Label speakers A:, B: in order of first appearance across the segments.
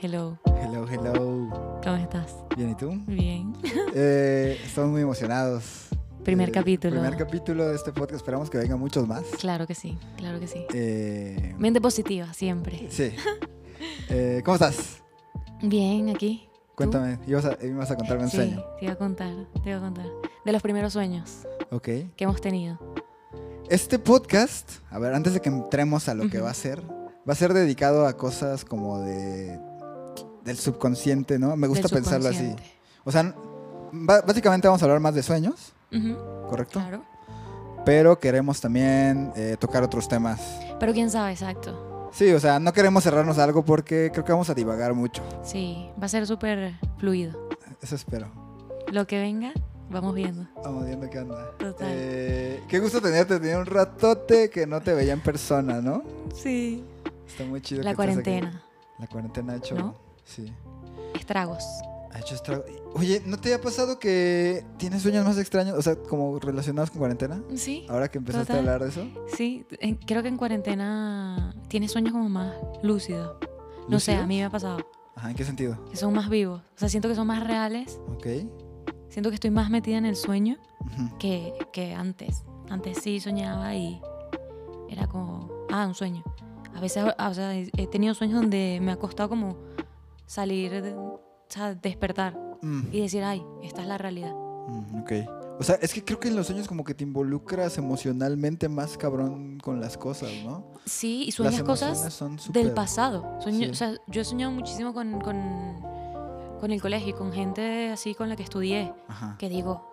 A: Hello,
B: Hello, hello.
A: ¿cómo estás?
B: Bien, ¿y tú?
A: Bien.
B: Eh, estamos muy emocionados.
A: Primer
B: Eh,
A: capítulo.
B: Primer capítulo de este podcast. Esperamos que vengan muchos más.
A: Claro que sí, claro que sí.
B: Eh,
A: Mente positiva, siempre.
B: sí. Eh, ¿Cómo estás?
A: Bien, aquí. ¿Tú?
B: Cuéntame. Ibas a, ibas a contarme un
A: Sí,
B: sueño.
A: te iba a contar, te iba a contar. De los primeros sueños
B: Ok.
A: que hemos tenido.
B: Este podcast, a ver, antes de que entremos a lo que
A: Ujú.
B: va a ser, va a ser dedicado a cosas como de del subconsciente, ¿no? Me gusta
A: del
B: pensarlo así.
A: subconsciente.
B: O sea, ba- básicamente vamos a hablar más de sueños,
A: Ujú,
B: ¿correcto?
A: claro.
B: Pero queremos también eh, tocar otros temas.
A: Pero quién sabe, exacto.
B: Sí, o sea, no queremos cerrarnos a algo porque creo que vamos a divagar mucho.
A: Sí, va a ser súper fluido.
B: Eso espero.
A: Lo que venga, vamos viendo.
B: Vamos viendo qué onda.
A: Total.
B: Eh, qué gusto tenerte. Tenía un ratote que no te veía en persona, ¿no?
A: Sí.
B: Está muy chido.
A: La
B: que estés aquí.
A: cuarentena.
B: La cuarentena ha hecho.
A: ¿No?
B: Sí.
A: Estragos.
B: Ha hecho estrago. Oye, ¿no te ha pasado que tienes sueños más extraños? O sea, como relacionados con cuarentena.
A: Sí.
B: Ahora que empezaste a
A: Total.
B: hablar de eso.
A: Sí, en- creo que en cuarentena tienes sueños como más lúcidos. No sé,
B: ¿Lúcidos?
A: a mí me ha pasado.
B: Ajá, ¿en qué sentido?
A: Que son más vivos. O sea, siento que son más reales.
B: Ok.
A: Siento que estoy más metida en el sueño
B: Ujú.
A: que, que antes. Antes sí soñaba y era como, ah, un sueño. A veces ah, o sea, he he tenido sueños donde me ha costado como salir, de- o sea, despertar
B: Mm,
A: y decir, ay, esta es la realidad.
B: mm, ok. O sea, es que creo que en los sueños como que te involucras emocionalmente más cabrón con las cosas, ¿no?
A: Sí, y sueñas
B: las
A: cosas
B: emociones son
A: del
B: súper-
A: pasado. Sueño-
B: Sí.
A: o sea, yo he soñado muchísimo con, con, con el colegio y con gente así con la que estudié,
B: Ajá.
A: que digo,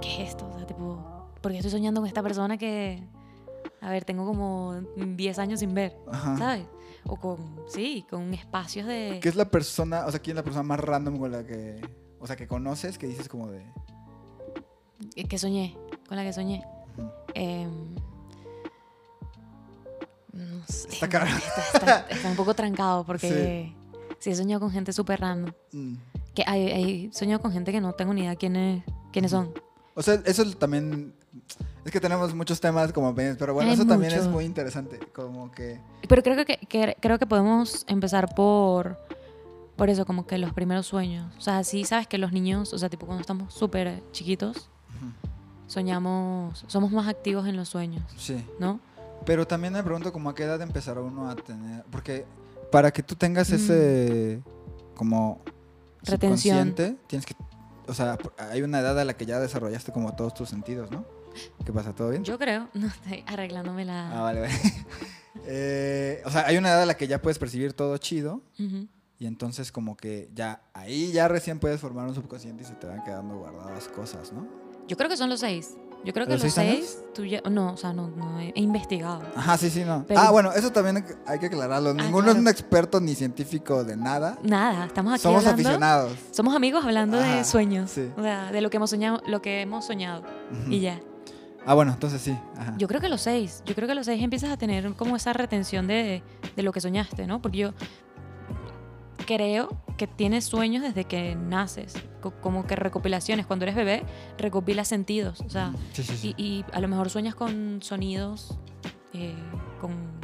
A: ¿qué es esto? O sea, tipo, ¿por qué estoy soñando con esta persona que, a ver, tengo como 10 años sin ver?
B: Ajá.
A: ¿Sabes? O con, sí, con espacios de...
B: ¿Qué es la persona, o sea, quién es la persona más random con la que, o sea, que conoces, que dices como de...
A: que- que soñé, con la que soñé.
B: Ujú.
A: Em, no sé,
B: Está cabrón.
A: está- está- está un poco trancado porque sí, he soñado con gente súper random.
B: Mm.
A: Que hay, hay soñado con gente que no tengo ni idea quién es- quiénes son.
B: O sea, eso es también... Es que tenemos muchos temas como pendientes, pero bueno,
A: Hay
B: eso también es
A: mucho.
B: muy interesante, como que...
A: Pero creo que, que- creo que podemos empezar por, por eso, como que los primeros sueños. O sea, sí sabes que los niños, o sea, tipo cuando estamos súper chiquitos,
B: Ujú.
A: soñamos, somos más activos en los sueños,
B: Sí.
A: ¿no?
B: Pero también me pregunto como a qué edad empezará uno a tener... Porque para que tú tengas
A: Mm.
B: ese... como...
A: Retención.
B: subconsciente, Tienes que... O sea, hay una edad a la que ya desarrollaste como todos tus sentidos, ¿no? ¿Qué pasa? ¿Todo bien?
A: Yo creo, no estoy arreglándome la...
B: Ah, vale, vale. Eh, o sea, hay una edad a la que ya puedes percibir todo chido
A: Ujú.
B: y entonces como que ya ahí ya recién puedes formar un subconsciente y se te van quedando guardadas cosas, ¿no?
A: Yo creo que son los seis. Yo creo que
B: ¿Los
A: los,
B: seis
A: seis, tú ya... No, o sea, no, no he, he investigado.
B: Ajá, sí, sí, no.
A: Pero- Ah,
B: ah, bueno, eso también hay que- hay que aclararlo. Ninguno
A: claro.
B: es un experto ni científico de nada.
A: Nada, estamos aquí
B: Somos
A: hablando...
B: aficionados.
A: Somos amigos hablando
B: Ajá,
A: de sueños.
B: sí.
A: O sea, de lo que hemos soñado, lo que hemos soñado.
B: Ujú.
A: Y ya.
B: Ah, bueno, entonces sí. Ajá.
A: Yo creo que a los seis. Yo creo que a los seis empiezas a tener como esa retención de, de lo que soñaste, ¿no? Porque yo creo que tienes sueños desde que naces. co- Como que recopilaciones. Cuando eres bebé, recopilas sentidos. O sea,
B: Sí, sí, sí.
A: y, y a lo mejor sueñas con sonidos, eh, con.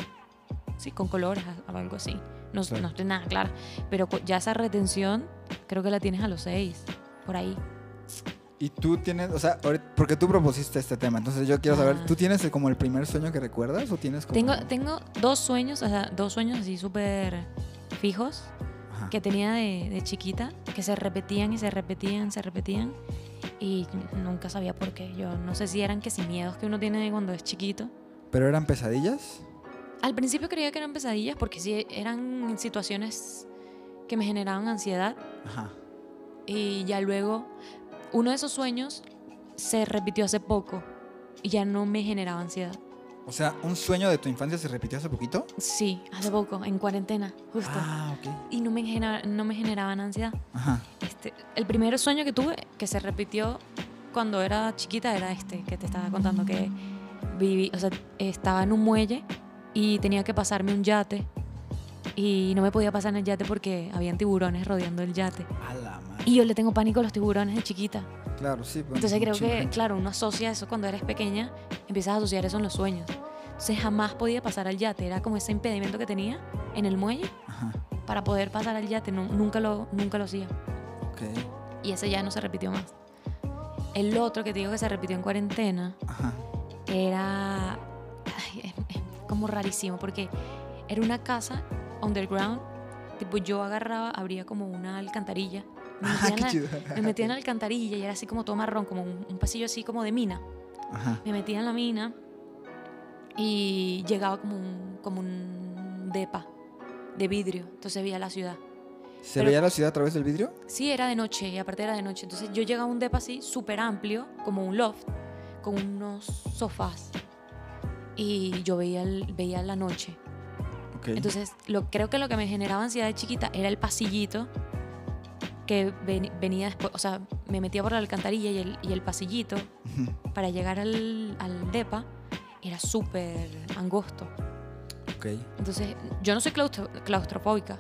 A: Sí, con colores a- o algo así. No,
B: Claro.
A: no estoy nada clara. Pero cu- ya esa retención, creo que la tienes a los seis. Por ahí.
B: Y tú tienes, o sea, ahorita- porque tú propusiste este tema, entonces yo quiero saber,
A: Ah.
B: ¿tú tienes como el primer sueño que recuerdas o tienes como...
A: Tengo, tengo dos sueños, o sea, dos sueños así súper fijos
B: Ajá.
A: que tenía de, de chiquita, que se repetían y se repetían, se repetían, y nunca sabía por qué. Yo no sé si eran que si miedos que uno tiene cuando es chiquito.
B: ¿Pero eran pesadillas?
A: Al principio creía que eran pesadillas porque sí eran situaciones que me generaban ansiedad
B: Ajá.
A: y ya luego uno de esos sueños se repitió hace poco y ya no me generaba ansiedad.
B: O sea, ¿un sueño de tu infancia se repitió hace poquito?
A: Sí, hace poco, en cuarentena, justo.
B: Ah, ok.
A: Y no me, genera- no me generaban ansiedad.
B: Ajá.
A: Este, el primer sueño que tuve, que se repitió cuando era chiquita, era este que te estaba contando, que viví, o sea, estaba en un muelle y tenía que pasarme un yate y no me podía pasar en el yate porque habían tiburones rodeando el yate.
B: A la madre.
A: Y yo le tengo pánico a los tiburones de chiquita.
B: Claro, sí. pues,
A: Entonces
B: un
A: creo
B: chingo de
A: que,
B: gente.
A: claro, uno asocia eso cuando eres pequeña, empiezas a asociar eso en los sueños. Entonces jamás podía pasar al yate, era como ese impedimento que tenía en el muelle
B: Ajá.
A: para poder pasar al yate, no- nunca, lo, nunca lo hacía.
B: Ok.
A: Y ese ya no se repitió más. El otro que te digo que se repitió en cuarentena
B: Ajá.
A: era ay, es- es como rarísimo porque era una casa underground, tipo yo agarraba, abría como una alcantarilla, me
B: Ah,
A: metía, en
B: qué
A: la,
B: chido.
A: me metía en la alcantarilla y era así como todo marrón, como un, un pasillo así como de mina.
B: Ajá.
A: Me metía en la mina y llegaba como un, como un depa de vidrio, entonces veía la ciudad.
B: ¿Se
A: Pero-
B: veía la ciudad a través del vidrio?
A: Sí, era de noche y aparte era de noche. Entonces yo llegaba a un depa así, súper amplio, como un loft, con unos sofás. Y yo veía, el- veía la noche.
B: Ok.
A: Entonces lo, creo que lo que me generaba ansiedad de chiquita era el pasillito que ven- venía después. O sea, me metía por la alcantarilla y el, y el pasillito
B: Ujú.
A: para llegar al, al depa era súper angosto.
B: ok.
A: Entonces, yo no soy claustro- claustrofóbica,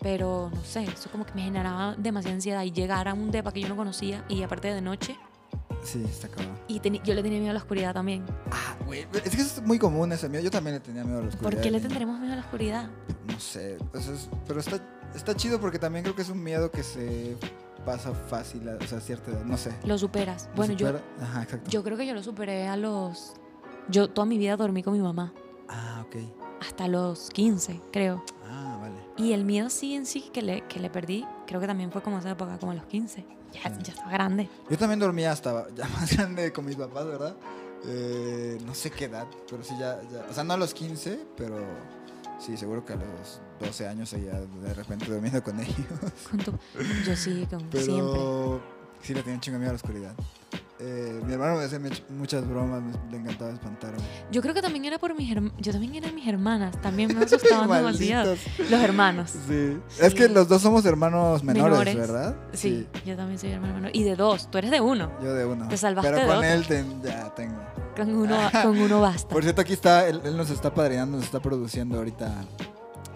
A: pero no sé, eso como que me generaba demasiada ansiedad y llegar a un depa que yo no conocía y aparte de noche,
B: Sí, está acabado.
A: y teni- yo le tenía miedo a la oscuridad también.
B: Ah, güey. Es que es muy común ese miedo. Yo también le tenía miedo a la oscuridad.
A: ¿Por qué le
B: de niño.
A: tendremos miedo a la oscuridad?
B: No sé. o sea, es- pero está, está chido porque también creo que es un miedo que se pasa fácil a, o sea, a cierta edad. No sé.
A: Lo superas. Bueno, yo,
B: Supera- Ajá, exacto.
A: yo creo que yo lo superé a los... Yo toda mi vida dormí con mi mamá,
B: Ah, ok.
A: hasta los 15, creo.
B: Ah, vale.
A: Y el miedo sí en sí que le, que le perdí, creo que también fue como esa época, como a los 15. Ya,
B: Mm.
A: ya estaba grande.
B: Yo también dormía hasta ya más grande con mis papás, ¿verdad? Eh, no sé qué edad, pero sí ya, ya- O sea, no a los 15, pero sí, seguro que a los 12 años seguía de repente durmiendo con ellos.
A: Con tu- Yo sí, con,
B: Pero
A: siempre.
B: sí le tenía un chingo de miedo a la oscuridad. Eh, mi hermano me hacía much- muchas bromas, me- le encantaba espantarme.
A: Yo creo que también era por mis hermanas. Yo también era mis hermanas. También me asustaban demasiado.
B: Malditos.
A: Los hermanos.
B: Sí. Es que los dos somos hermanos menores,
A: Menores.
B: ¿verdad?
A: Sí, yo también soy hermano. menor. Y de dos. Tú eres de uno.
B: Yo de uno.
A: Te salvaste
B: Pero
A: de
B: con
A: otro.
B: él ten- ya tengo.
A: Con uno, con uno basta.
B: Por cierto, aquí está, él, él nos está padrinando, nos está produciendo ahorita.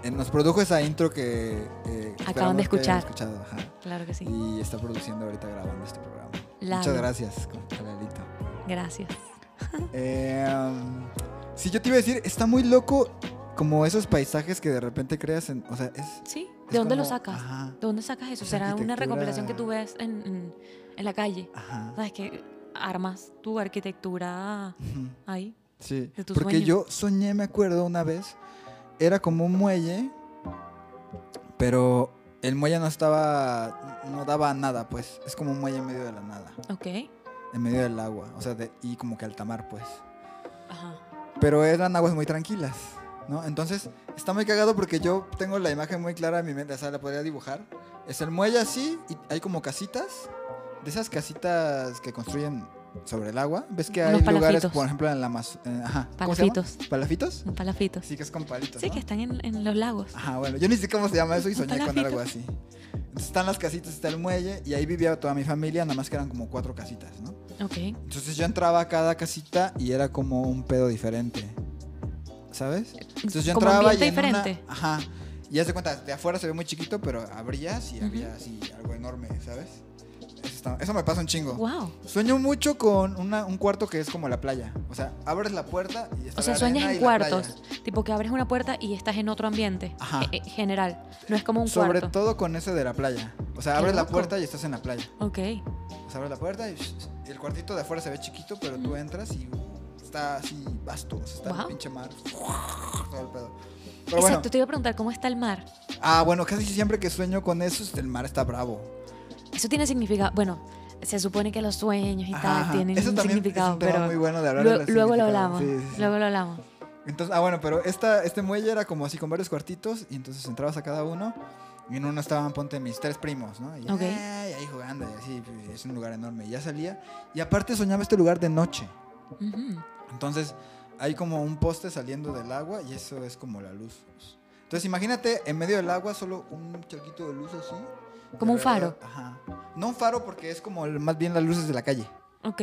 B: Eh, nos produjo esa intro que eh, esperamos
A: de
B: que hayan
A: escuchar.
B: escuchado, ajá.
A: Claro que sí.
B: Y está produciendo ahorita grabando este programa.
A: Lalo.
B: Muchas gracias, con- Lalito.
A: Gracias.
B: Eh, um, sí, yo te iba a decir, está muy loco como esos paisajes que de repente creas en. O sea, es.
A: ¿Sí?
B: es
A: ¿De dónde lo
B: como-
A: sacas?
B: Ajá.
A: ¿De dónde sacas eso?
B: Esa
A: ¿Será una
B: arquitectura-
A: recopilación que tú ves en, en, en la calle?
B: Ajá.
A: ¿Sabes que Armas tu arquitectura
B: Ujú.
A: ahí.
B: Sí,
A: de tus
B: porque
A: sueños.
B: yo soñé, me acuerdo, una vez, era como un muelle, pero el muelle no estaba, no daba a nada, pues, es como un muelle en medio de la nada,
A: Ok.
B: en medio del agua, o sea, de- y como que alta mar, pues.
A: Ajá.
B: Pero eran aguas muy tranquilas, ¿no? Entonces, está muy cagado porque yo tengo la imagen muy clara en mi mente, o sea, la podría dibujar. Es el muelle así, y hay como casitas, de esas casitas que construyen sobre el agua. ¿Ves que hay
A: Unos
B: lugares,
A: palafitos.
B: por ejemplo, en la Amaz- en- ajá, ¿cómo se llama?
A: Palafitos.
B: ¿Palafitos?
A: Un palafito.
B: Sí, que es con palitos.
A: Sí,
B: ¿no?
A: que están en, en los lagos.
B: Ajá, bueno, yo ni sé cómo se llama eso y
A: Un
B: soñé con
A: palafito.
B: algo así. Entonces están las casitas, está el muelle y ahí vivía toda mi familia, nada más que eran como cuatro casitas, ¿no?
A: Ok.
B: Entonces yo entraba a cada casita y era como un pedo diferente. ¿Sabes? Entonces yo
A: Como
B: entraba y.
A: ambiente
B: en una-
A: diferente.
B: Ajá. Y ya se cuenta, de afuera se ve muy chiquito, pero abrías y
A: Ujú.
B: había así algo enorme, ¿sabes? Eso, está- eso me pasa un chingo.
A: Wow.
B: Sueño mucho con una- un cuarto que es como la playa. O sea, abres la puerta y está
A: O sea,
B: la
A: sueñas
B: arena
A: en
B: y la playa.
A: cuartos. Tipo que abres una puerta y estás en otro ambiente.
B: Ajá.
A: eh, eh, general. No es como un
B: Sobre
A: cuarto.
B: todo con ese de la playa. O sea,
A: Qué
B: abres la
A: loco.
B: puerta y estás en la playa.
A: Ok.
B: O sea, pues, abres la puerta y, y el cuartito de afuera se ve chiquito, pero tú entras y está así vasto. o sea, está el
A: Guau.
B: pinche mar. Todo el pedo. Pero
A: Exacto,
B: bueno.
A: te iba a preguntar cómo está el mar.
B: Ah, bueno, casi siempre que sueño con eso, este, el mar está bravo.
A: Eso tiene significado. Bueno, se supone que los sueños y
B: Ajá,
A: tal
B: ajá.
A: tienen
B: eso
A: un
B: también es
A: significado,
B: un tema
A: pero
B: muy bueno de hablar.
A: lue-
B: de los
A: luego lo
B: significados.
A: hablamos.
B: Sí, sí, sí.
A: Luego lo hablamos.
B: Entonces, ah, bueno, pero esta, este muelle era como así con varios cuartitos y entonces entrabas a cada uno y en uno estaban, ponte, mis tres primos, ¿no? Y,
A: Ok.
B: ay, ahí jugando y así, pues, es un lugar enorme. Y ya salía y aparte soñaba este lugar de noche.
A: Ujú.
B: Entonces hay como un poste saliendo del agua y eso es como la luz. Entonces imagínate en medio del agua solo un charquito de luz así.
A: Como un
B: Alrededor-
A: faro.
B: Ajá. No un faro porque es como el- más bien las luces de la calle.
A: Ok,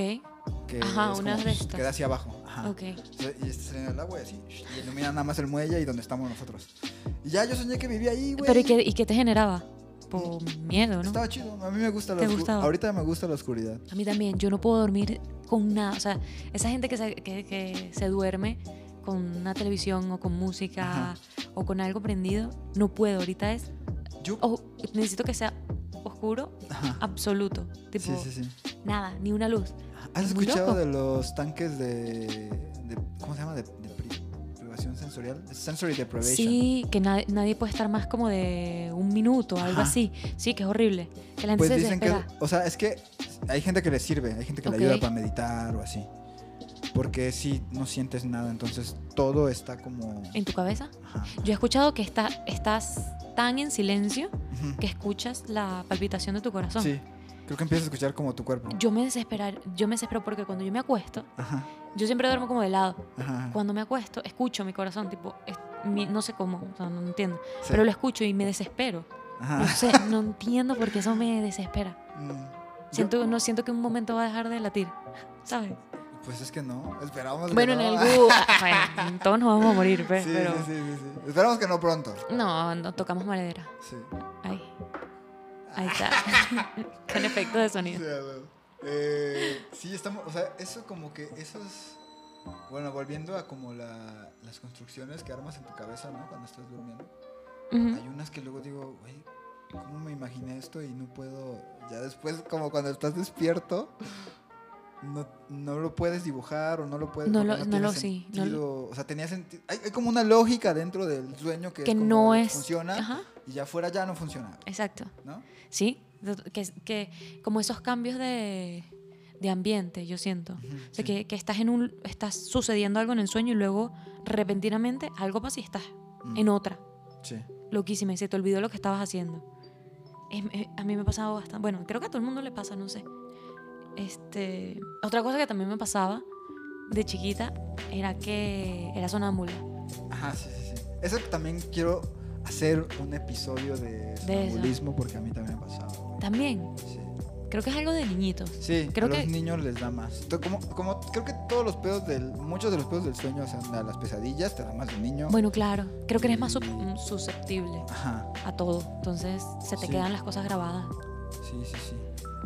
B: Que
A: Ajá,
B: es
A: unas
B: como,
A: de estas.
B: Que da hacia abajo. Ajá.
A: ok.
B: Y está saliendo del agua y así. Y ilumina nada más el muelle y donde estamos nosotros. Y ya yo soñé que vivía ahí, güey.
A: Pero ¿y qué, ¿y qué te generaba? Por
B: Pues
A: miedo, ¿no?
B: Estaba chido. A mí me gusta la
A: ¿Te
B: oscu-
A: gustaba?
B: Ahorita me gusta la oscuridad.
A: A mí también, yo no puedo dormir con nada. O sea, esa gente que se, que, que se duerme con una televisión o con música
B: Ajá.
A: o con algo prendido, no puedo. Ahorita es.
B: Yo.
A: o- necesito que sea oscuro,
B: Ajá.
A: absoluto. ah, Tipo,
B: Sí, sí, sí.
A: nada, ni una luz.
B: ¿Has
A: Es muy
B: escuchado
A: loco.
B: de los tanques de, de- ¿cómo se llama? De, de pri- privación sensorial, De sensory deprivation.
A: Sí, que na- nadie puede estar más como de un minuto, algo
B: Ajá.
A: así. Sí, que es horrible. Que la gente
B: Pues
A: se
B: dicen que,
A: desespera.
B: o sea, es que hay gente que le sirve, hay gente que le
A: Ok.
B: ayuda para meditar o así. Porque si no sientes nada, entonces todo está como
A: ¿En tu cabeza?
B: ajá.
A: Yo he escuchado que está, estás tan en silencio
B: Ujú.
A: que escuchas la palpitación de tu corazón.
B: Sí. Creo que empiezas a escuchar como tu cuerpo.
A: Yo me desespero, yo me desespero porque cuando yo me acuesto,
B: Ajá.
A: yo siempre duermo como de lado.
B: Ajá.
A: Cuando me acuesto, escucho mi corazón, tipo, es- mi- no sé cómo, o sea, no entiendo,
B: Sí. Ah.
A: pero lo escucho y me desespero. No
B: Ajá.
A: sé, no entiendo porque eso me desespera.
B: Mm.
A: Siento, no siento que un momento va a dejar de latir, ¿sabes?
B: Yo- pues es que no, esperamos que
A: Bueno, en
B: no.
A: algún, bueno, todos nos vamos a morir, pues,
B: Sí, sí,
A: pero Mm.
B: sí, sí, sí. Esperamos que no pronto.
A: no, no tocamos madera.
B: Sí.
A: Ahí, ahí está, con efecto de
B: O
A: sonido.
B: sea, bueno, eh, sí, estamos, o sea, eso como que, esos, bueno, volviendo a como la- las construcciones que armas en tu cabeza, ¿no? Cuando estás durmiendo.
A: Ujú.
B: Hay unas que luego digo, güey, ¿cómo me imaginé esto y no puedo? Ya después, como cuando estás despierto, no, no lo puedes dibujar o no lo puedes...
A: No
B: porque
A: lo- no
B: tiene
A: lo- sí, no lo-
B: sentido, O sea, tenía sentido... Hay, hay como una lógica dentro del sueño que,
A: Que
B: como
A: no es.
B: Funciona
A: Ajá,
B: y ya fuera ya no funciona,
A: exacto.
B: ¿no?
A: Sí, de- que, que como esos cambios de, de ambiente, yo siento.
B: Ujú,
A: O
B: sí.
A: sea, que, que estás en un estás sucediendo algo en el sueño y luego repentinamente algo pasa y estás
B: Mm,
A: en otra,
B: sí.
A: loquísima, y se te olvidó lo que estabas haciendo. Es- eh, a mí me ha pasado bastante, bueno, creo que a todo el mundo le pasa, no sé. Este, otra cosa que también me pasaba de chiquita era que era sonámbula.
B: Ajá, sí, sí, sí. Eso también quiero hacer un episodio de sonambulismo porque a mí también me ha pasado. güey.
A: También,
B: Sí,
A: creo que es algo de niñitos.
B: Sí,
A: Creo
B: a los
A: que-
B: niños les da más. To- Como, como creo que todos los pedos del, muchos de los pedos del sueño, o sea, la- las pesadillas, te da más de niño.
A: Bueno, claro, creo que eres más
B: Y-
A: sup- susceptible.
B: Ajá,
A: a todo. Entonces se te
B: Sí.
A: quedan las cosas grabadas.
B: sí, sí, sí.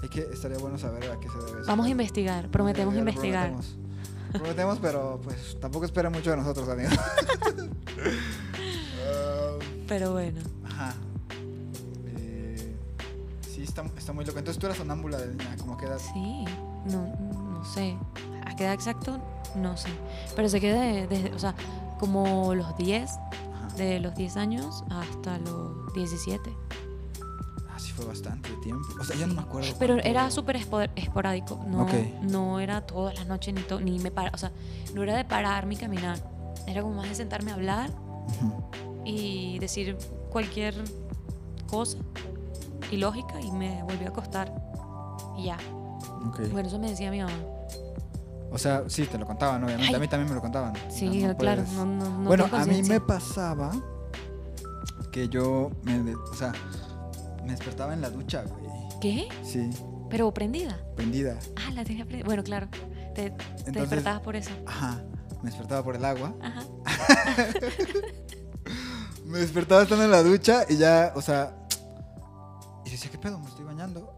B: Es que estaría bueno saber a qué se debe. eso.
A: Vamos a investigar, prometemos
B: Sí, lo
A: investigar.
B: Prometemos. Prometemos, pero pues tampoco espera mucho de nosotros, amigos. Ah,
A: Pero bueno,
B: Ajá. Eh, sí, está, está muy loco. Entonces tú eras sonámbula de niña, como quedas.
A: sí, no, no sé. ¿A qué edad exacto? No sé. Pero se queda de- desde, o sea, como los 10,
B: Ajá.
A: de los 10 años hasta los 17.
B: Así Ah, fue bastante tiempo. O sea, yo no me acuerdo.
A: Pero
B: cuánto-
A: era súper espor- esporádico, no,
B: Ok.
A: no era todas las noches ni, to- ni me paraba, o sea, no era de pararme y caminar. Era como más de sentarme a hablar
B: Ujú.
A: y decir cualquier cosa ilógica y me volví a acostar. Y ya.
B: Ok.
A: Bueno, eso me decía mi mamá.
B: O sea, sí, te lo contaban, obviamente.
A: Ay.
B: A mí también me lo contaban.
A: Sí,
B: Ah, No, no
A: claro.
B: puedes-
A: No, no, no
B: bueno,
A: tengo
B: a mí me
A: conciencia.
B: pasaba que yo me, de- o sea, me despertaba en la ducha, güey.
A: ¿Qué?
B: Sí,
A: ¿Pero prendida?
B: prendida.
A: Ah, la tenía prendida. Bueno, claro. Te, te
B: Entonces,
A: despertabas por eso.
B: ajá, me despertaba por el agua.
A: Ajá.
B: Me despertaba estando en la ducha y ya, o sea, y yo decía, ¿qué pedo? Me estoy bañando.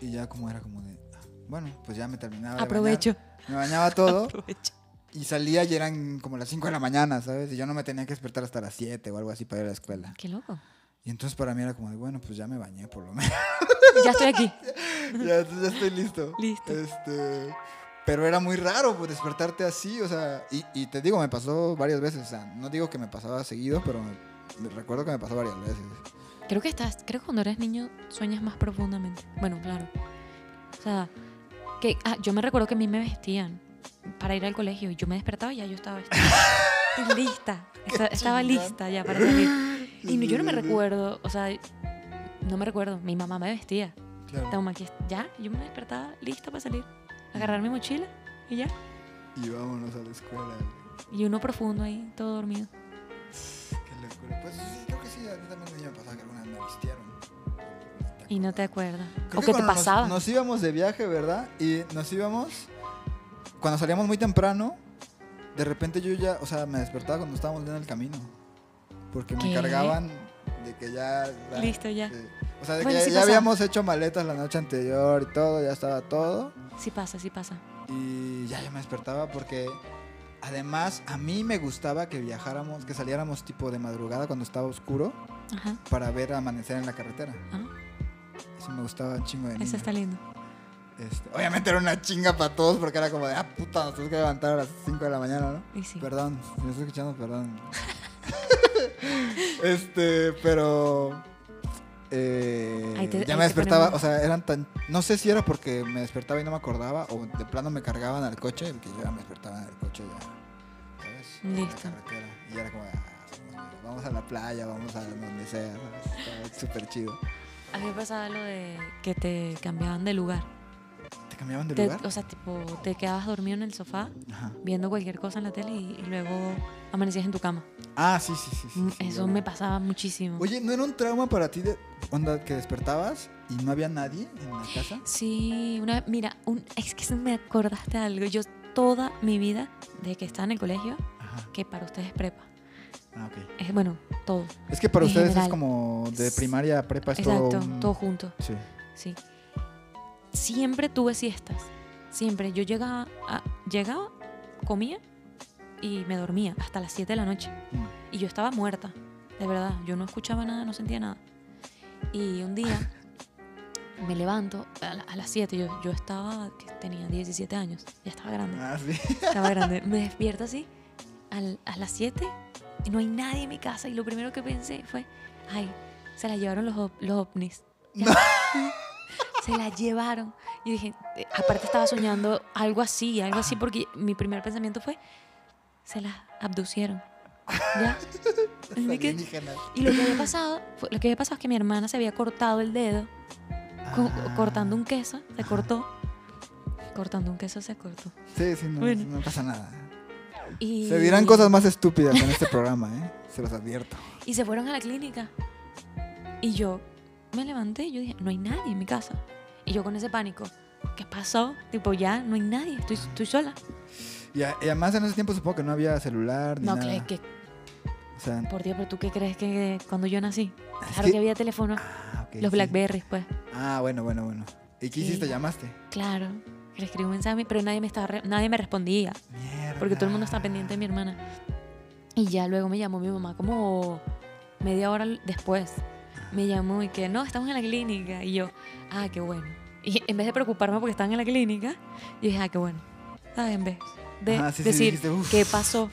B: Y ya como era como de, ah, bueno, pues ya me terminaba. de bañar.
A: Aprovecho.
B: Me bañaba todo.
A: Aprovecho.
B: Y salía y eran como las 5 de la mañana, ¿sabes? Y yo no me tenía que despertar hasta las 7 o algo así para ir a la escuela.
A: Qué loco.
B: Y entonces para mí era como de, bueno, pues ya me bañé por lo menos.
A: Ya estoy aquí.
B: ya, ya estoy listo.
A: Listo.
B: Este, pero era muy raro pues, despertarte así, o sea, y, y te digo, me pasó varias veces. O sea, no digo que me pasaba seguido, pero me- me recuerdo que me pasó varias veces.
A: Creo que estás, creo que cuando eres niño sueñas más profundamente. Bueno, claro. O sea, que ah, yo me recuerdo que a mí me vestían para ir al colegio. Y yo me despertaba y ya yo estaba lista. Esta- estaba
B: chingón.
A: lista ya para salir. Y no- yo no me recuerdo, o sea, no me recuerdo. Mi mamá me vestía.
B: Claro.
A: Toma, aquí es- ya, yo me despertaba lista para salir. Agarrar mi mochila y ya.
B: Y vámonos a la escuela. güey.
A: Y uno profundo ahí, todo dormido.
B: Qué locura. Pues sí, creo que sí, a mí también me pasaba que algunas me vistearon.
A: Y no te acuerdas.
B: Creo
A: o que te
B: cuando nos-
A: pasaba.
B: Nos, íbamos de viaje, ¿verdad? Y nos íbamos. Cuando salíamos muy temprano, de repente yo ya, o sea, me despertaba cuando estábamos en el camino. Porque me
A: ¿Qué?
B: cargaban de que ya. la-
A: Listo, ya.
B: sí. o sea, de
A: Bueno,
B: que
A: sí
B: ya
A: pasa.
B: habíamos hecho maletas la noche anterior y todo, ya estaba todo.
A: Sí pasa, sí pasa.
B: Y ya yo me despertaba porque además a mí me gustaba que viajáramos, que saliéramos tipo de madrugada cuando estaba oscuro
A: Ajá.
B: para ver amanecer en la carretera.
A: Ah,
B: Eso me gustaba un chingo de niño.
A: Eso está lindo.
B: Este, obviamente era una chinga para todos porque era como de, ah, puta, nos tenemos que levantar a las 5 de la mañana, ¿no?
A: Y sí.
B: Perdón, si me estás escuchando, perdón. este, pero... eh,
A: Ahí te-
B: ya me
A: ahí te
B: despertaba,
A: ponen-
B: o sea, eran tan... No sé si era porque me despertaba y no me acordaba o de plano me cargaban al coche, porque yo ya me despertaba en el coche ya. ¿Sabes? En la
A: Listo.
B: carretera. Y era como de, ah, vamos a la playa, vamos a donde sea, ¿sabes? Estaba súper chido.
A: A mí me pasaba lo de que te cambiaban de lugar.
B: ¿Te cambiaban de
A: Te-
B: lugar?
A: o sea, tipo, te quedabas dormido en el sofá
B: Ajá.
A: viendo cualquier cosa en la tele y, y luego amanecías en tu cama.
B: Ah, sí, sí, sí. sí,
A: Mm,
B: sí,
A: Eso
B: ya
A: me pasaba muchísimo.
B: Oye, ¿no era un trauma para ti de onda que despertabas y no había nadie en la casa?
A: Sí, una mira, un, es que me acordaste de algo. Yo toda mi vida, desde que estaba en el colegio,
B: Ajá.
A: que para ustedes es prepa.
B: Ah, ok.
A: Es, bueno, todo.
B: Es que para
A: En
B: ustedes es
A: general.
B: como de
A: S-
B: primaria a prepa es
A: Exacto,
B: todo. un-
A: todo junto.
B: Sí.
A: Sí. Siempre tuve siestas. Siempre. Yo llegaba, a- llegaba, comía y me dormía hasta las 7 de la noche.
B: Mm.
A: Y yo estaba muerta, de verdad. Yo no escuchaba nada, no sentía nada. Y un día me levanto a, la- a las 7. Yo, yo estaba, que tenía 17 años. Ya estaba grande.
B: Ah, sí.
A: Estaba grande. Me despierto así al- a las 7 y no hay nadie en mi casa. Y lo primero que pensé fue, ay, se la llevaron los, ov- los ovnis. Ya. Se la llevaron. Y dije, eh, aparte estaba soñando algo así, algo así, porque mi primer pensamiento fue, se la abducieron. Ya. Así que-
B: Alienígenas.
A: y lo que había pasado, fue- lo que había pasado es que mi hermana se había cortado el dedo co-
B: Ah.
A: cortando un queso, se cortó. Cortando un queso se cortó.
B: Sí, sí, no,
A: Bueno.
B: no pasa nada.
A: Y-
B: Se dirán cosas más estúpidas en este programa, ¿eh? Se los advierto.
A: Y se fueron a la clínica. Y yo me levanté y yo dije, no hay nadie en mi casa. Y yo con ese pánico, ¿qué pasó? Tipo, ya no hay nadie, estoy, estoy sola.
B: Y, a- y además en ese tiempo supongo que no había celular ni
A: No,
B: nada.
A: que, que,
B: O sea,
A: por Dios, pero tú qué crees que cuando yo nací? Claro
B: que-
A: que había teléfono,
B: ah, ok,
A: los
B: sí.
A: Blackberries, pues.
B: Ah, bueno, bueno, bueno. ¿Y qué
A: Sí.
B: hiciste? ¿Llamaste?
A: Claro, le escribí un mensaje, pero nadie me, estaba re- nadie me respondía,
B: Mierda.
A: porque todo el mundo está pendiente de mi hermana. Y ya luego me llamó mi mamá, como media hora después. Me llamó y que no, estamos en la clínica. Y yo, ah, qué bueno. Y en vez de preocuparme porque estaban en la clínica, yo dije, ah, qué bueno. ¿Sabes? En vez de
B: Ajá, Ah, sí, sí,
A: decir,
B: dijiste, "Uf".
A: ¿qué pasó?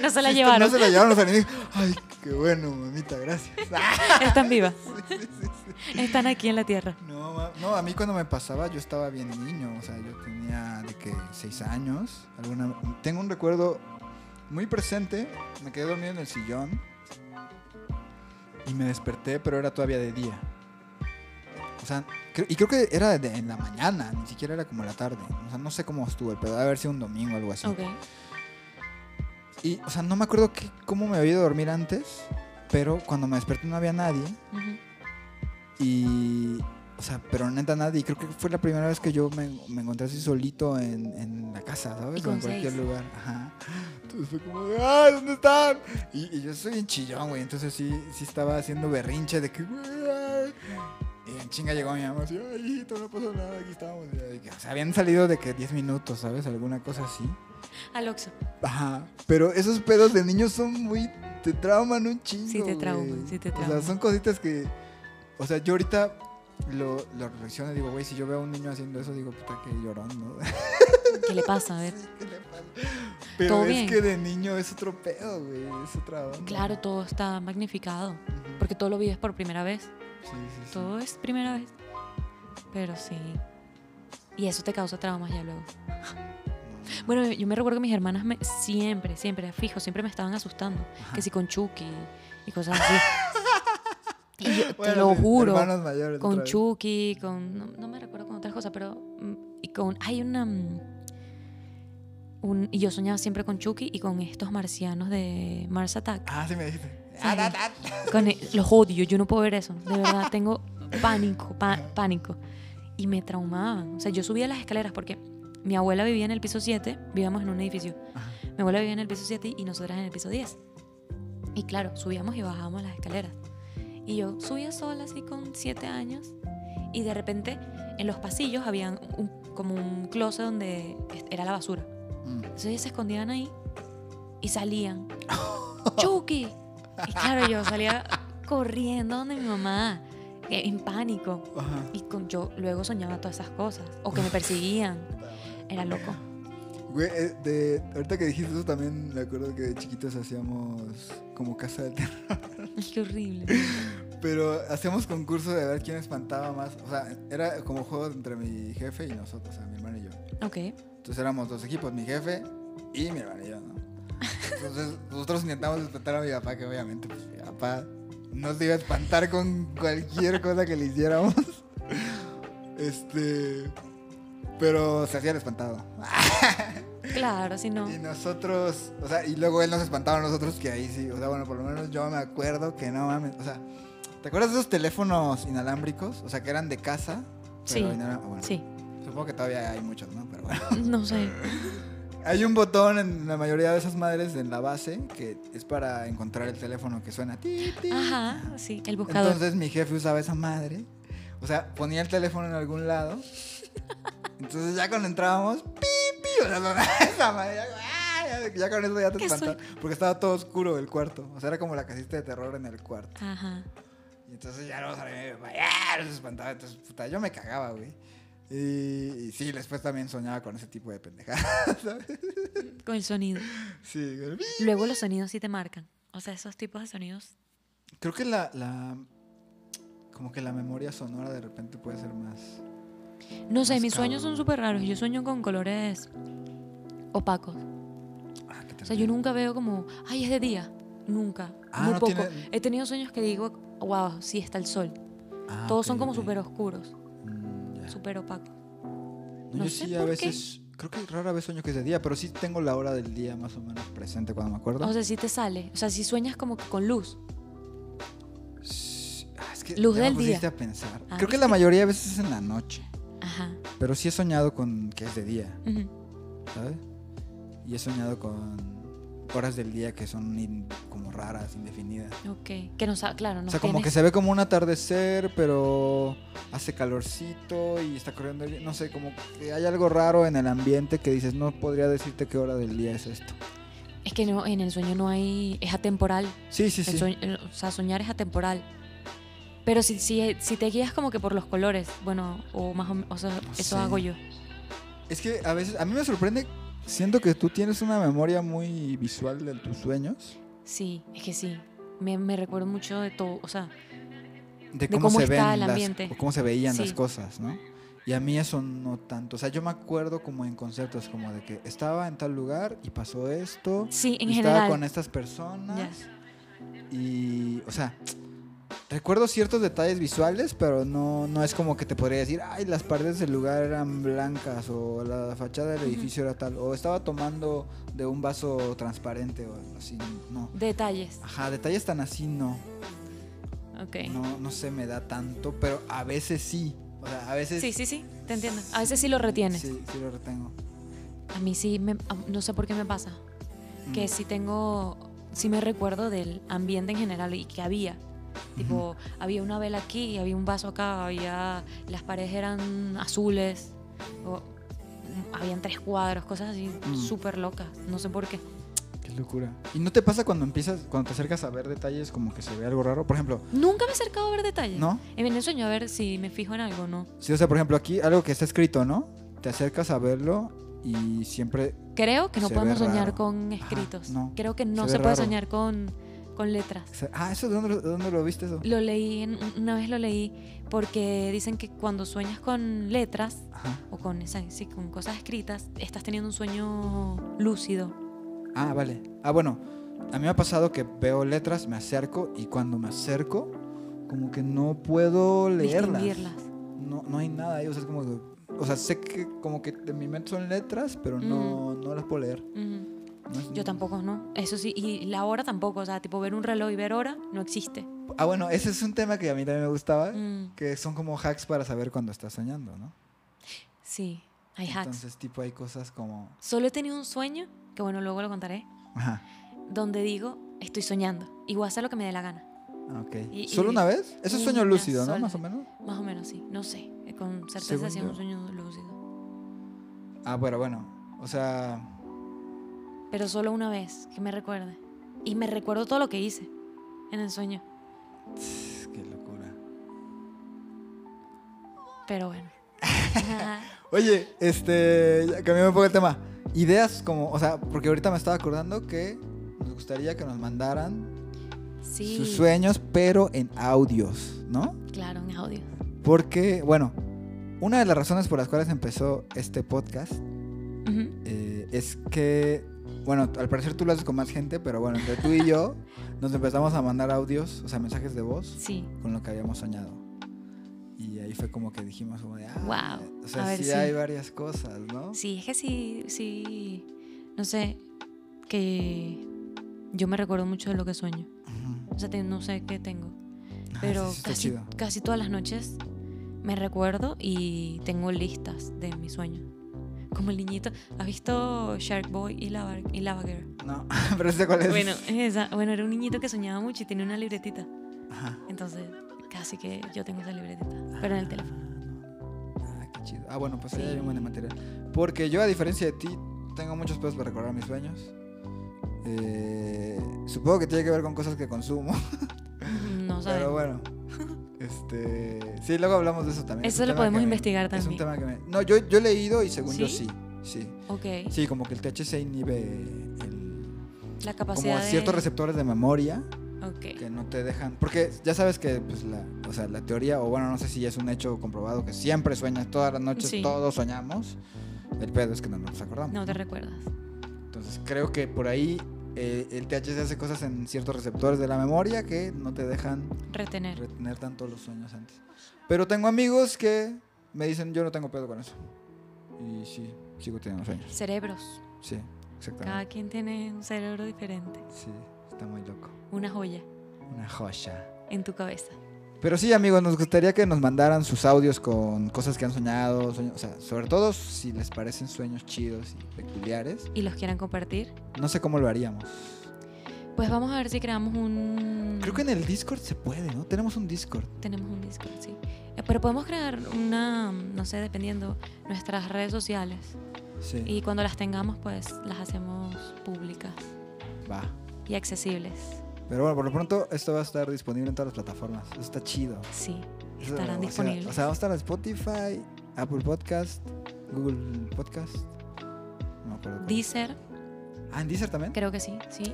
A: no se la
B: Sí,
A: llevaron,
B: No se la llevaron los alienígenas. Ay, qué bueno, mamita, gracias.
A: están vivas,
B: Sí, sí, sí.
A: están aquí en la tierra.
B: No, ma- no, a mí cuando me pasaba yo estaba bien niño, o sea, yo tenía de que seis años. Alguna, tengo un recuerdo muy presente, me quedé dormido en el sillón y me desperté, pero era todavía de día. O sea, cre- y creo que era de- en la mañana, ni siquiera era como la tarde. O sea, no sé cómo estuvo, pero debe haber sido un domingo o algo así.
A: Ok,
B: Y, o sea, no me acuerdo qué- cómo me había ido a dormir antes, pero cuando me desperté no había nadie.
A: ujú,
B: Y. O sea, pero neta nadie. Y creo que fue la primera vez que yo me, me encontré así solito en, en la casa, ¿sabes?
A: Y
B: o
A: con
B: en cualquier
A: seis.
B: lugar. Ajá. Entonces fue como, de, ¡ay, ¿dónde están? Y, y yo soy bien chillón, güey. Entonces sí, sí estaba haciendo berrinche de que, "Güey, ay". Y en chinga llegó mi mamá así, ay, hijito, no pasó nada, aquí estamos. Y ya, y que, o sea, habían salido de que 10 minutos, ¿sabes? Alguna cosa así.
A: al Oxxo.
B: Ajá. Pero esos pedos de niños son muy. Te trauman un chingo.
A: Sí te trauman,
B: güey.
A: sí te
B: O sea,
A: trauman.
B: son cositas que. O sea, yo ahorita lo, lo reflexiono y digo, güey, si yo veo a un niño haciendo eso, digo, puta, que llorón, ¿no?
A: ¿Qué le pasa? A ver.
B: Sí, ¿qué le pasa? Pero
A: Todo
B: es
A: bien.
B: que de niño es otro pedo, güey. Es otra onda.
A: Claro, todo está magnificado,
B: Ujú.
A: porque todo lo vives por primera vez.
B: Sí, sí, sí.
A: Todo es primera vez. Pero sí. Y eso te causa traumas ya luego. Bueno, yo me recuerdo que mis hermanas me, siempre, siempre, fijo, siempre me estaban asustando. Que si con Chucky y cosas así. Y yo, te
B: Bueno,
A: lo
B: sí,
A: juro.
B: hermanos mayores,
A: Con
B: otra vez.
A: Chucky, con. No, no me recuerdo con otras cosas, pero. mm, Y con. Hay una. mm, un- y yo soñaba siempre con Chucky y con estos marcianos de Mars Attack.
B: Ah, sí me dijiste.
A: Sí.
B: Ah, da, da.
A: Con el- los odio, yo no puedo ver eso. De verdad, tengo pánico, pa- pánico. Y me traumaban. O sea, yo subía las escaleras porque mi abuela vivía en el piso 7, vivíamos en un edificio.
B: Ajá.
A: Mi abuela vivía en el piso 7 y nosotras en el piso 10. Y claro, subíamos y bajábamos las escaleras. Y yo subía sola así con 7 años y de repente en los pasillos había como un closet donde est- era la basura.
B: Mm.
A: Entonces ellas se escondían ahí y salían. ¡Chucky! Y claro, yo salía corriendo donde mi mamá, eh, en pánico.
B: Ajá.
A: Y con, yo luego soñaba todas esas cosas. O que me perseguían. Era loco.
B: Güey, eh, de, ahorita que dijiste eso también me acuerdo que de chiquitos hacíamos como casa de terror.
A: Ay, Qué horrible.
B: Pero hacíamos concurso de ver quién espantaba más. O sea, era como juego entre mi jefe y nosotros, o sea, mi hermano y yo.
A: Ok.
B: Entonces éramos dos equipos, mi jefe y mi hermano y yo, ¿no? Entonces nosotros intentamos espantar a mi papá, que obviamente pues, mi papá no se iba a espantar con cualquier cosa que le hiciéramos. Este. Pero se hacía el espantado.
A: Claro, si no.
B: Y nosotros, o sea, y luego él nos espantaba a nosotros que ahí sí, o sea, bueno, por lo menos yo me acuerdo que no mames, o sea, ¿te acuerdas de esos teléfonos inalámbricos? O sea, que eran de casa,
A: Sí,
B: pero inalá- bueno,
A: Sí.
B: supongo que todavía hay muchos, ¿no? Pero bueno.
A: No sé.
B: Hay un botón en la mayoría de esas madres en la base que es para encontrar el teléfono que suena. ti, ti.
A: Ajá, sí, el buscador.
B: Entonces mi jefe usaba esa madre. O sea, ponía el teléfono en algún lado. Entonces ya cuando entrábamos, pi, pi, o sea, sonaba esa madre. Ya, ¡ah! Ya- ya con eso ya te
A: ¿Qué
B: espantaba. Porque estaba todo oscuro el cuarto. O sea, era como la casita de terror en el cuarto.
A: Ajá.
B: Y entonces ya no sabía, ya los espantaba. Entonces, puta, yo me cagaba, güey. Y, y sí, después también soñaba con ese tipo de pendejadas. ¿sabes?
A: Con el sonido.
B: Sí, güey.
A: Luego los sonidos sí te marcan. O sea, esos tipos de sonidos.
B: Creo que la, la. Como que la memoria sonora de repente puede ser más.
A: No sé,
B: Más
A: mis sueños son
B: cabrón.
A: súper raros. Yo sueño con colores opacos.
B: Ah, qué
A: O sea, yo nunca veo como, ay, es de día. Nunca.
B: Ah,
A: Muy
B: no
A: poco.
B: tiene-
A: He tenido sueños que digo, wow, sí está el sol.
B: Ah,
A: Todos son como súper oscuros, súper opacos. no
B: Mm, yo
A: sé
B: sí a
A: por qué.
B: veces. Creo que rara vez sueño que es de día, pero sí tengo la hora del día más o menos presente cuando me acuerdo.
A: O sea, sí te sale. O sea, si sueñas como que con luz.
B: Sí, ah, es que
A: luz
B: ya me
A: del día.
B: pusiste a pensar.
A: Ah,
B: Creo que la
A: ¿viste?
B: mayoría de veces es en la noche,
A: Ajá.
B: pero sí he soñado con que es de día,
A: Ujú.
B: ¿sabes? Y he soñado con horas del día que son in- como raras, indefinidas.
A: Ok. Que no sa- claro, no
B: O sea, como que
A: tienes-
B: se ve como un atardecer, pero hace calorcito y está corriendo el... No sé, como que hay algo raro en el ambiente que dices, no podría decirte qué hora del día es esto.
A: Es que no, en el sueño no hay. Es atemporal.
B: Sí, sí,
A: El
B: sí.
A: sueño- el- o sea, soñar es atemporal. Pero si, si, si te guías como que por los colores, bueno, o más o menos,
B: sé.
A: eso hago yo.
B: Es que a veces, a mí me sorprende, siento que tú tienes una memoria muy visual de tus sueños.
A: Sí, es que sí. Me, me recuerdo mucho de todo. O sea,
B: De
A: cómo
B: cómo, se
A: está
B: ven
A: el
B: las-
A: ambiente.
B: o cómo se veían las
A: Sí.
B: cosas, ¿no? Y a mí eso no tanto. O sea, yo me acuerdo como en conceptos, como de que estaba en tal lugar y pasó esto.
A: sí, en
B: y
A: general.
B: Estaba con estas personas. Y, o sea, recuerdo ciertos detalles visuales, pero no, no es como que te podría decir, ay, las paredes del lugar eran blancas, o la fachada del
A: Ujú.
B: edificio era tal, o estaba tomando de un vaso transparente, o algo así, no.
A: Detalles.
B: Ajá, detalles tan así no,
A: Ok.
B: no, no se me da tanto, pero a veces sí, o sea, a veces
A: Sí, sí, sí, te entiendo. A veces sí lo retienes.
B: sí, sí lo retengo.
A: A mí sí, me- a- no sé por qué me pasa. Que
B: Mm.
A: sí tengo, sí me recuerdo del ambiente en general y que había. Tipo, había una vela aquí, había un vaso acá, había, las paredes eran azules, o, mm, habían tres cuadros, cosas así
B: Mm.
A: súper locas. No sé por qué.
B: Qué locura. ¿Y no te pasa cuando empiezas, cuando te acercas a ver detalles como que se ve algo raro? Por ejemplo,
A: Nunca me he acercado a ver detalles.
B: ¿no?
A: En el sueño, a ver si me fijo en algo, ¿no?
B: Sí, o sea, por ejemplo, aquí algo que está escrito, ¿no? Te acercas a verlo y siempre.
A: Creo que no
B: Se ve
A: podemos soñar
B: raro.
A: con
B: Ajá,
A: escritos.
B: no,
A: Creo que no
B: se ve
A: se, puede
B: raro.
A: soñar con, con letras.
B: Exa- Ah, ¿eso de dónde, lo- de dónde lo viste eso?
A: Lo leí, en- una vez lo leí, porque dicen que cuando sueñas con letras
B: Ajá.
A: o con, esa- sí, con cosas escritas, estás teniendo un sueño lúcido.
B: Ah, vale. Ah, bueno. A mí me ha pasado que veo letras, me acerco y cuando me acerco, como que no puedo leerlas.
A: Distinguirlas.
B: No, no hay nada ahí, o sea, es como que- O sea, sé que como que de mi mente son letras, pero no, no las puedo leer.
A: Ujú.
B: No es-
A: Mm. Yo tampoco, ¿no? Eso sí, y la hora tampoco. O sea, tipo ver un reloj y ver hora no existe.
B: Ah, bueno, ese es un tema que a mí también me gustaba,
A: Mm,
B: que son como hacks para saber cuando estás soñando, ¿no?
A: sí, hay hacks.
B: Entonces, tipo, hay cosas como...
A: Solo he tenido un sueño, que bueno, luego lo contaré,
B: Ajá,
A: donde digo, estoy soñando. Y voy a hacer lo que me dé la gana.
B: ah, ok.
A: Y-
B: ¿Solo
A: y-
B: una vez? Eso es sueño
A: una
B: lúcido, ¿no?
A: sola
B: Más o
A: vez.
B: menos.
A: Más o menos, sí. No sé. eh, Con
B: Según
A: certeza si es
B: yo.
A: un sueño lúcido.
B: Ah, bueno, bueno. O sea,
A: Pero solo una vez, que me recuerde. Y me recuerdo todo lo que hice en el sueño.
B: tss, qué locura.
A: Pero bueno.
B: Oye, este, ya cambié un poco el tema. Ideas como, o sea, porque ahorita me estaba acordando que nos gustaría que nos mandaran
A: sí.
B: sus sueños, pero en audios, ¿no?
A: Claro, en audio.
B: Porque, bueno, una de las razones por las cuales empezó este podcast
A: Ujú.
B: eh, es que, bueno, al parecer tú lo haces con más gente, pero bueno, entre tú y yo nos empezamos a mandar audios, o sea, mensajes de voz
A: Sí.
B: con lo que habíamos soñado. Y ahí fue como que dijimos como de, ah,
A: Guau,
B: o
A: a
B: sea,
A: ver,
B: sí,
A: sí.
B: hay varias cosas, ¿no?
A: Sí, es que sí, sí. No sé, que yo me recuerdo mucho de lo que sueño.
B: Ujú.
A: O sea, te- no sé qué tengo.
B: Ah,
A: Pero
B: sí, sí, está
A: casi,
B: chido.
A: casi todas las noches me recuerdo y tengo listas de mis sueños. Como el niñito. ¿Has visto Shark Boy y Lava, y Lava Girl?
B: No, pero sé cuál es.
A: Bueno, eh, esa- bueno, era un niñito que soñaba mucho y tenía una libretita.
B: Ajá.
A: Entonces, casi que yo tengo esa libretita. Pero en el teléfono.
B: Ah, qué chido. Ah, bueno, pues ahí
A: Sí.
B: hay un buen de material. Porque yo, a diferencia de ti, tengo muchos pedos para recordar mis sueños. Eh, supongo que tiene que ver con cosas que consumo,
A: No sabes.
B: pero bueno. Este, sí, luego hablamos de eso también.
A: Eso
B: un
A: lo
B: tema
A: podemos
B: que me-
A: investigar
B: Es un
A: también.
B: tema que me... No, yo, yo he leído y según yo
A: ¿Sí?
B: sí, sí.
A: Ok.
B: Sí, como que el THC inhibe el-
A: La
B: como
A: capacidad de...
B: ciertos receptores de memoria
A: Ok.
B: que no te dejan. Porque ya sabes que pues, la, o sea, la teoría, o bueno, no sé si ya es un hecho comprobado que siempre sueñas, todas las noches,
A: Sí.
B: todos soñamos. El pedo es que no nos acordamos.
A: No te
B: ¿no?
A: recuerdas.
B: Entonces creo que por ahí eh, el THC hace cosas en ciertos receptores de la memoria que no te dejan
A: Retener.
B: retener tanto los sueños antes. Pero tengo amigos que me dicen, yo no tengo pedo con eso. Y sí, sigo teniendo sueños.
A: Cerebros.
B: Sí,
A: Cada
B: exactamente.
A: quien tiene un cerebro diferente.
B: Sí, está muy loco.
A: Una joya
B: Una joya.
A: en tu cabeza.
B: Pero sí, amigos, nos gustaría que nos mandaran sus audios con cosas que han soñado, sueños- o sea, sobre todo si les parecen sueños chidos y peculiares.
A: Y los quieran compartir.
B: No sé cómo lo haríamos.
A: Pues vamos a ver si creamos un.
B: Creo que en el Discord se puede, ¿no? Tenemos un Discord.
A: Tenemos un Discord, sí. Eh, Pero podemos crear una, no sé, dependiendo, nuestras redes sociales.
B: Sí.
A: Y cuando las tengamos, pues las hacemos públicas
B: Va.
A: y accesibles.
B: Pero bueno, por lo pronto esto va a estar disponible en todas las plataformas. Eso está chido.
A: Sí,
B: Eso-
A: estarán
B: o sea-
A: disponibles.
B: O sea, va a estar en Spotify, Apple Podcast, Google Podcast. No me acuerdo. cuál.
A: Deezer,
B: Ah, en Deezer también.
A: creo que sí, sí.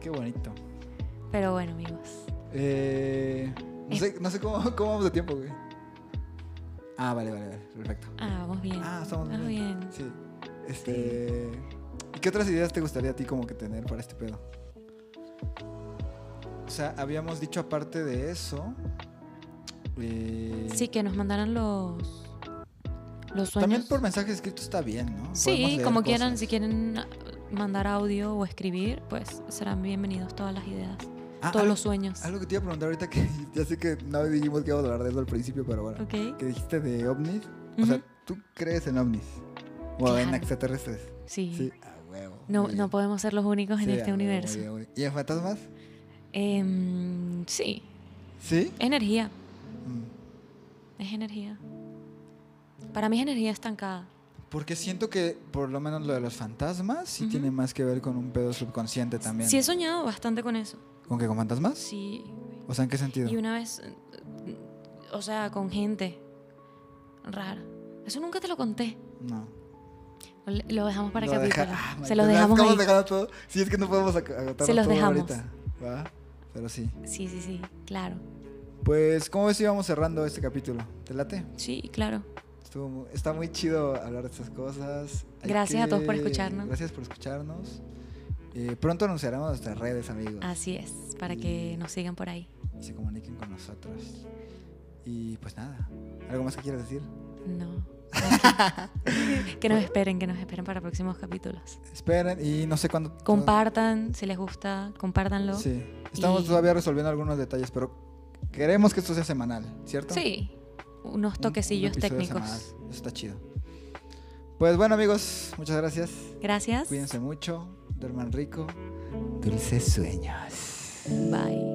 B: Qué bonito.
A: Pero bueno, amigos.
B: Eh, no
A: Es-
B: sé, no sé cómo, cómo vamos de tiempo, güey. Ah, vale, vale, vale. Perfecto.
A: Ah, vamos bien.
B: Ah, estamos
A: Vamos bien.
B: Sí. Este. ¿Y qué otras ideas te gustaría a ti como que tener para este pedo? O sea, habíamos dicho aparte de eso. eh,
A: Sí, que nos mandaran los, los sueños.
B: También por mensaje escrito está bien, ¿no? Podemos
A: Sí,
B: leer
A: como quieran,
B: cosas.
A: si quieren ah, mandar audio o escribir, pues serán bienvenidos todas las ideas,
B: Ah,
A: todos
B: algo-
A: los sueños.
B: Algo que te iba a preguntar ahorita que ya sé que no dijimos que íbamos a hablar de eso al principio, pero bueno.
A: ¿Ok?
B: Que dijiste de ovnis. O
A: Ujú.
B: sea, ¿tú crees en ovnis? O en
A: Claro.
B: extraterrestres.
A: sí.
B: Sí, a huevo.
A: No,
B: Muy bien.
A: no podemos ser los únicos en
B: Sí,
A: este
B: a huevo, muy
A: universo.
B: bien, muy bien. ¿Y en fantasmas?
A: Em, sí,
B: Sí.
A: es energía,
B: Mm.
A: es energía. Para mí es energía estancada.
B: Porque siento que por lo menos lo de los fantasmas sí
A: Ujú.
B: tiene más que ver con un pedo subconsciente también.
A: Sí he soñado bastante con eso.
B: ¿Con qué? ¿Con fantasmas?
A: Sí.
B: O sea, ¿en qué sentido?
A: Y una vez, eh, eh, o sea, con gente rara. Eso nunca te lo conté.
B: No.
A: Le- Lo dejamos para
B: Lo deja-
A: capítulo.
B: Ah,
A: Se
B: Maite,
A: los
B: ¿sabes
A: dejamos
B: cómo
A: ahí.
B: dejando todo? Sí, es que no podemos ac- agotarlo
A: Se los
B: todo
A: dejamos.
B: ahorita. ¿va? Pero sí.
A: Sí, sí, sí, claro.
B: Pues, ¿cómo ves si vamos cerrando este capítulo? ¿Te late?
A: Sí, claro.
B: Estuvo mu- está muy chido hablar de estas cosas. Hay
A: Gracias a todos por escucharnos.
B: Gracias por escucharnos. Eh, pronto anunciaremos nuestras redes, amigos.
A: Así es, para que
B: Y-
A: nos sigan por ahí.
B: Y se comuniquen con nosotros. Y pues nada, ¿algo más que quieras decir?
A: No. que nos esperen, que nos esperen para próximos capítulos.
B: Esperen y no sé cuándo.
A: Compartan si les gusta, compártanlo. Sí.
B: Sí. Estamos
A: Y-
B: todavía resolviendo algunos detalles, pero queremos que esto sea semanal, ¿cierto?
A: Unos
B: Un-
A: toquecillos
B: un episodio
A: técnicos.
B: semanal. Eso está chido. Pues bueno, amigos, muchas gracias.
A: Gracias.
B: Cuídense mucho. Duerman rico. Dulces sueños.
A: Bye.